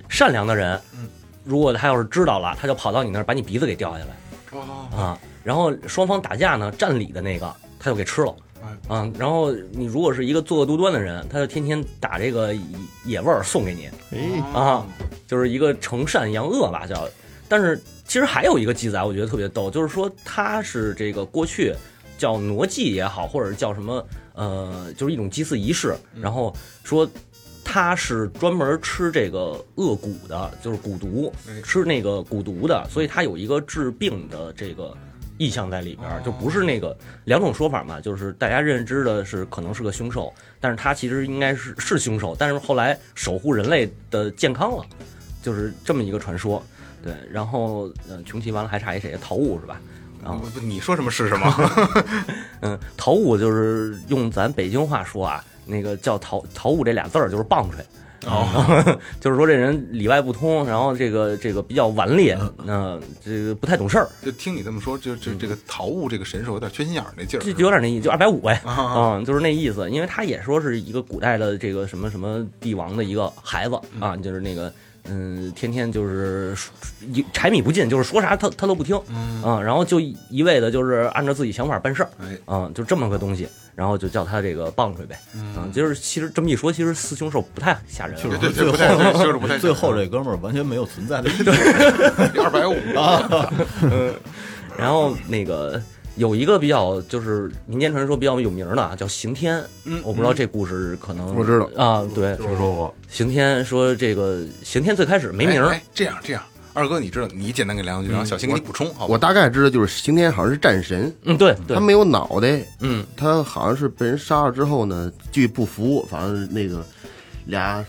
善良的人，嗯，如果他要是知道了，他就跑到你那儿把你鼻子给掉下来。哦，啊，然后双方打架呢，占理的那个他就给吃了哎。啊，然后你如果是一个作恶多端的人，他就天天打这个野野味儿送给你哎，啊，就是一个惩善扬恶吧叫。但是其实还有一个记载，我觉得特别逗，就是说他是这个过去叫傩祭也好，或者叫什么呃，就是一种祭祀仪式，嗯然后说。他是专门吃这个恶蛊的，就是蛊毒哎，吃那个蛊毒的，所以他有一个治病的这个意象在里边儿，就不是那个两种说法嘛，就是大家认知的是可能是个凶兽，但是他其实应该是是凶兽，但是后来守护人类的健康了。就是这么一个传说。对，然后呃，穷奇完了还差一谁？陶悟是吧？然后不不你说什么是什么？嗯，陶悟就是用咱北京话说啊，那个叫陶陶悟这俩字儿啊就是棒槌。哦， (laughs) 就是说这人里外不通，然后这个这个比较顽劣，嗯、这个不太懂事儿，就听你这么说，就就这个陶悟这个神兽有点缺心眼儿那劲儿就，嗯就有点那意，就二百五呗，啊嗯，就是那意思，因为他也说是一个古代的这个什么什么帝王的一个孩子啊，就是那个嗯，天天就是说一柴米不进，就是说啥他他都不听，嗯，然后就一味的就是按照自己想法办事儿，哎，嗯，就这么个东西，然后就叫他这个棒槌呗，嗯，就是其实这么一说，其实四凶兽不太吓人，啊对对对，不太对就是不太最后这哥们儿完全没有存在的意义。二百五啊，然后那个有一个比较就是民间传说比较有名儿的啊叫刑天，嗯我不知道这故事可能我知道啊，对，听说过，刑天说这个刑天最开始没名儿哎，哎这样这样，二哥你知道，你简单给梁两句，然后小新给你补充，好吧？我大概知道，就是刑天好像是战神，嗯，对对他，没有脑袋，嗯，他好像是被人杀了之后呢，据不服，反正那个俩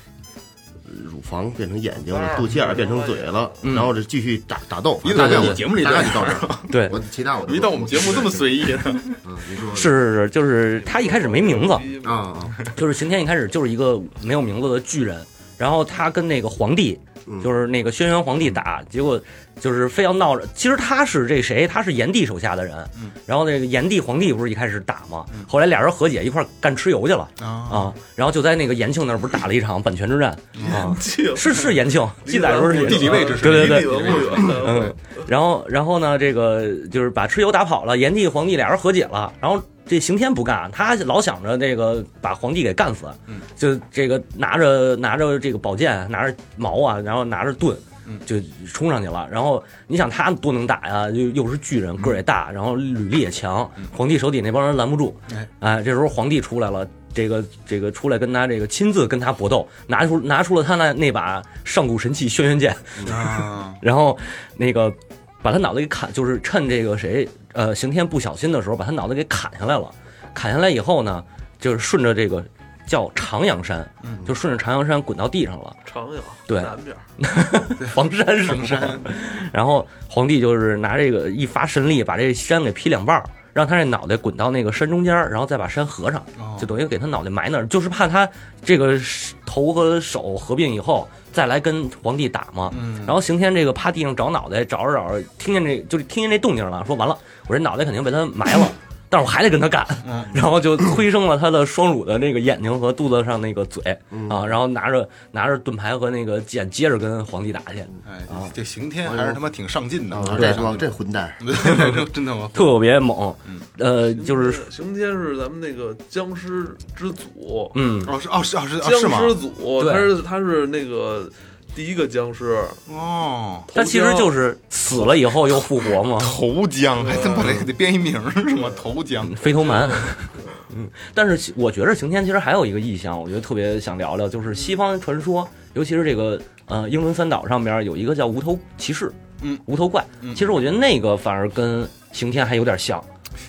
呃乳房变成眼睛啊了，肚脐眼儿变成嘴了，嗯然后就继续打打斗。你怎么大概在我我节目里大这哎概样就到这儿，对我其他我都一到我们节目这么随意呢，嗯，你说是是是，就是他一开始没名字，啊啊，就是刑天一开始就是一个没有名字的巨人，然后他跟那个皇帝，嗯就是那个轩辕皇帝打，结果就是非要闹着。其实他是这谁，他是炎帝手下的人，嗯然后那个炎帝皇帝不是一开始打吗？后来俩人和解，一块儿干蚩尤去了啊，然后就在那个延庆那儿不是打了一场板泉之战啊， (laughs) 是是延庆，记载说是地理位置是对对对地理文物园，嗯，然后然后呢，这个就是把蚩尤打跑了，炎帝皇帝俩人和解了，然后这刑天不干，他老想着这个把皇帝给干死，就这个拿着拿着这个宝剑，拿着矛啊，然后拿着盾。就冲上去了，然后你想他多能打呀，又又是巨人，个儿也大，然后履历也强，皇帝手底那帮人拦不住。哎，这时候皇帝出来了，这个这个出来跟他这个亲自跟他搏斗，拿出拿出了他那那把上古神器轩辕剑，啊，然后那个把他脑袋给砍，就是趁这个谁呃刑天不小心的时候，把他脑袋给砍下来了。砍下来以后呢，就是顺着这个叫长阳山，就顺着长阳山滚到地上了。长阳对南边儿， (laughs) 黄山是黄山，然后皇帝就是拿这个一发神力把这山给劈两半儿，让他这脑袋滚到那个山中间儿，然后再把山合上，就等于给他脑袋埋那儿，就是怕他这个头和手合并以后再来跟皇帝打嘛。然后刑天这个趴地上找脑袋，找着找着，听见这就是听见这动静了，说完了，我这脑袋肯定被他埋了。但是我还得跟他干，然后就催生了他的双乳的那个眼睛和肚子上那个嘴啊，然后拿着拿着盾牌和那个剑接着跟皇帝打去，哎，这刑天还是他妈挺上进的，啊这是吧这混蛋，这真的吗？嗯特别猛，嗯呃，就是刑天是咱们那个僵尸之祖，嗯，哦是哦是哦是哦僵是吗？尸祖，对他是他是那个第一个僵尸，哦，他其实就是是死了以后又复活嘛，头姜还真不得得编一名儿是吗？头姜飞头蛮。嗯，但是其我觉着刑天其实还有一个意象，我觉得特别想聊聊，就是西方传说，尤其是这个呃英伦三岛上边有一个叫无头骑士，嗯，无头怪。嗯其实我觉得那个反而跟刑天还有点像，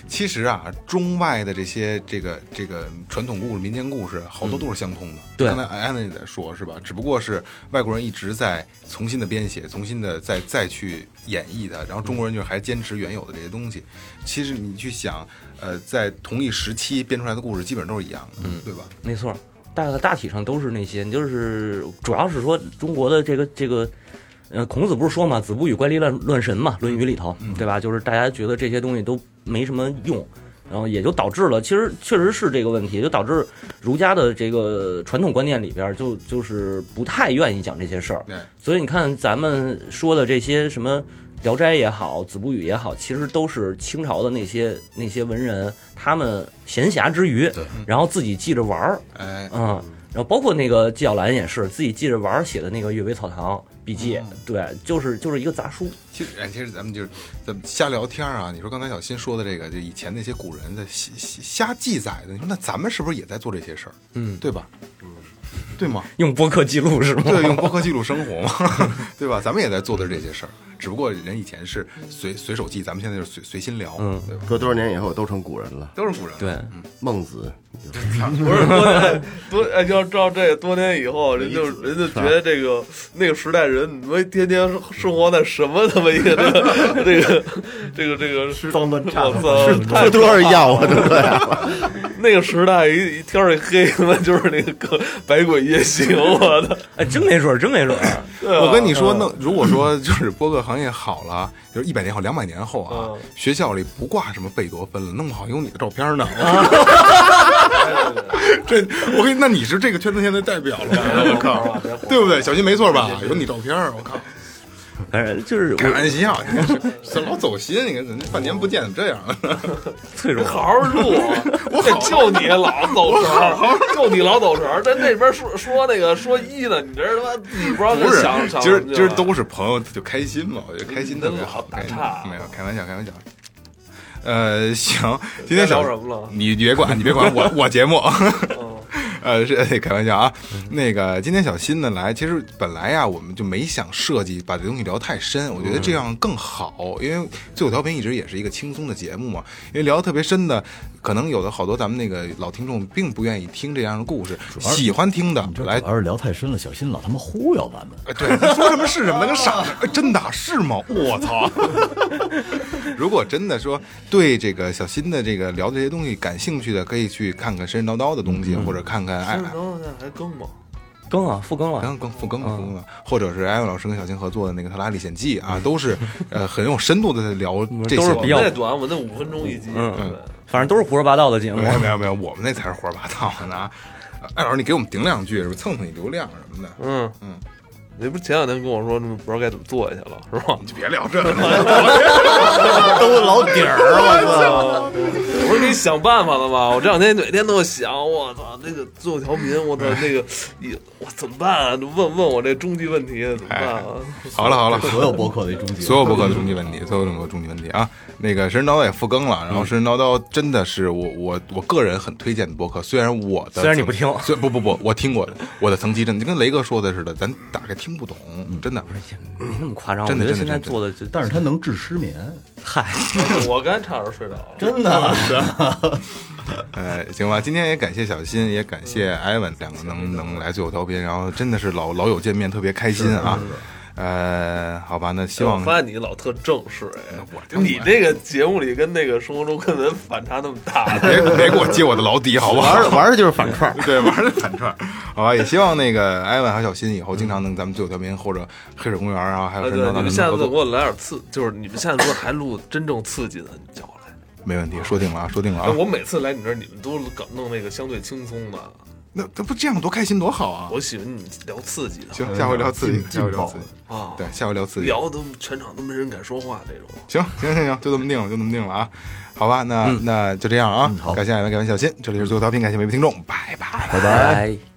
其实啊，中外的这些这个这个传统故事、民间故事，好多都是相通的。对刚才安安也在说，是吧？只不过是外国人一直在重新的编写，重新的再再去演绎它，然后中国人就还坚持原有的这些东西。其实你去想，呃，在同一时期编出来的故事，基本都是一样的，嗯，对吧？没错，大大体上都是那些，就是主要是说中国的这个这个，呃，孔子不是说嘛，子不语怪力乱乱神嘛，《论语》里头，对吧？就是大家觉得这些东西都没什么用。然后也就导致了，其实确实是这个问题，就导致儒家的这个传统观念里边儿就就是不太愿意讲这些事儿。对，所以你看咱们说的这些什么《聊斋》也好，《子不语》也好，其实都是清朝的那些那些文人他们闲暇之余，然后自己记着玩儿，哎，嗯，然后包括那个纪晓岚也是自己记着玩儿写的那个《阅微草堂笔记》嗯对，就是就是一个杂书，其实，哎，其实咱们就是咱们瞎聊天啊。你说刚才小新说的这个，就以前那些古人的瞎瞎瞎记载的，你说那咱们是不是也在做这些事儿？嗯对吧？对吗？用播客记录是吗？ (laughs) 对，用播客记录生活嘛，对吧？咱们也在做的是这些事儿。只不过人以前是随随手记，咱们现在就是随随心聊，嗯，对吧？隔多少年以后都成古人了。都是古人，对，孟子，你就不是多 (laughs) 年多哎要照这多年以后，人就人就觉得这个那个时代人，你们天天生活在什么他妈一个这个这个这个这个，脏乱差我操，太吃多少药啊，对不对？那个时代一一天儿一黑，他妈就是那个百鬼夜行，我 (laughs) 操！哎，真没准儿，真没准儿。我跟你说，那如果说就是播客行业好了，就是一百年后、两百年后啊，学校里不挂什么贝多芬了，弄不好有你的照片呢。 (laughs) 这我跟你，那你是这个圈子现在代表了， (laughs) 我靠，对不对？小新没错吧？ (laughs) 有你照片，我靠，反正哎就是开我玩笑，你这这老走心，你看人家半年不见怎么这样啊了？脆弱，好好录，我就你老走神儿，就你老走神儿。在那边说说那个说一呢，你这他妈自己不知道不跟是想，想今儿什么今去儿了都是朋友就开心嘛，我觉得开心特别好，真的好打啊岔没有开玩笑，开玩笑。呃，行，今天想聊什么了哦你别管，你别管 (laughs) 我，我节目。 (laughs) 呃，是嘿开玩笑啊。那个今天小新呢来，其实本来呀、我们就没想设计把这东西聊太深，我觉得嗯这样更好，因为最后调频一直也是一个轻松的节目嘛。因为聊得特别深的，可能有的好多咱们那个老听众并不愿意听这样的故事，喜欢听的这来主要是聊太深了，小心老他妈忽悠咱们。哎，对，你说什么是什么，跟傻子，哎真的是吗？我操！ (laughs) 如果真的说对这个小新的这个聊的这些东西感兴趣的，可以去看看神神叨叨的东西，或者看哎看艾是艾。能现在还更吗？更啊，复更了刚。更复更复更了，或者是艾文老师跟小新合作的那个《特拉历险记》啊，都是呃很有深度的在聊这些。都是比较哦那短，我那五分钟一集，对反正都是胡说八道的节目没。有没有没有，我们那才是胡说八道呢。呃艾老师，你给我们顶两句，是不是蹭蹭你流量什么的？嗯嗯。你不是前两天跟我说，不知道该怎么做下去了，是吧？ (laughs) 别聊这个了，都老底儿，我我说给你想办法了吗？我这两天每天都在想，我操，那个最后调频，我操，那个，一我怎么办啊？问问我这终极问题怎么办啊？好了好了，所有博客的终极，所有博客的终极问题，所有这种终极问题啊，那个《神神叨叨》也复更了，然后《神神叨叨》真的是我我我个人很推荐的博客，虽然我的虽然你不听虽不不不，我听过的，我的层级真的就跟雷哥说的似的，咱打开听不懂，真的。也没那么夸张，我真的觉得真现的在真的做的就，但是它能治失眠，嗨， (laughs) 我刚才差点睡着了。真的。啊呃，行吧，今天也感谢小新，也感谢艾文两个能能来最后调频，然后真的是老老友见面，特别开心啊。呃，好吧，那希望我发现你老特正式我哎，你这个节目里跟那个生活中根本反差那么大，别 (laughs) 别给我揭我的老底，好不好？玩玩的就是反串。 (laughs) 对，玩儿的反 (laughs) 串儿，好吧，也希望那个艾文和小新以后经常能咱们最后调频或者黑水公园儿啊，还有哎神对，州你大们们下合次给作，我来点刺，就是你们下次还录真正刺激的，你叫我来。没问题，说定了啊，说定了哎，啊，我每次来你这儿，你们都搞弄那个相对轻松的，那那不这样多开心多好啊！我喜欢你们聊刺激的行，下回聊刺激，下回聊刺激，啊，对，下回聊刺激，聊的全场都没人敢说话那种。行行行行，就这么定了，就这么定了啊，好嗯吧，那那就这样啊，好感谢艾文，感谢小新，这里是最后调频，感谢每位听众，拜拜。拜拜。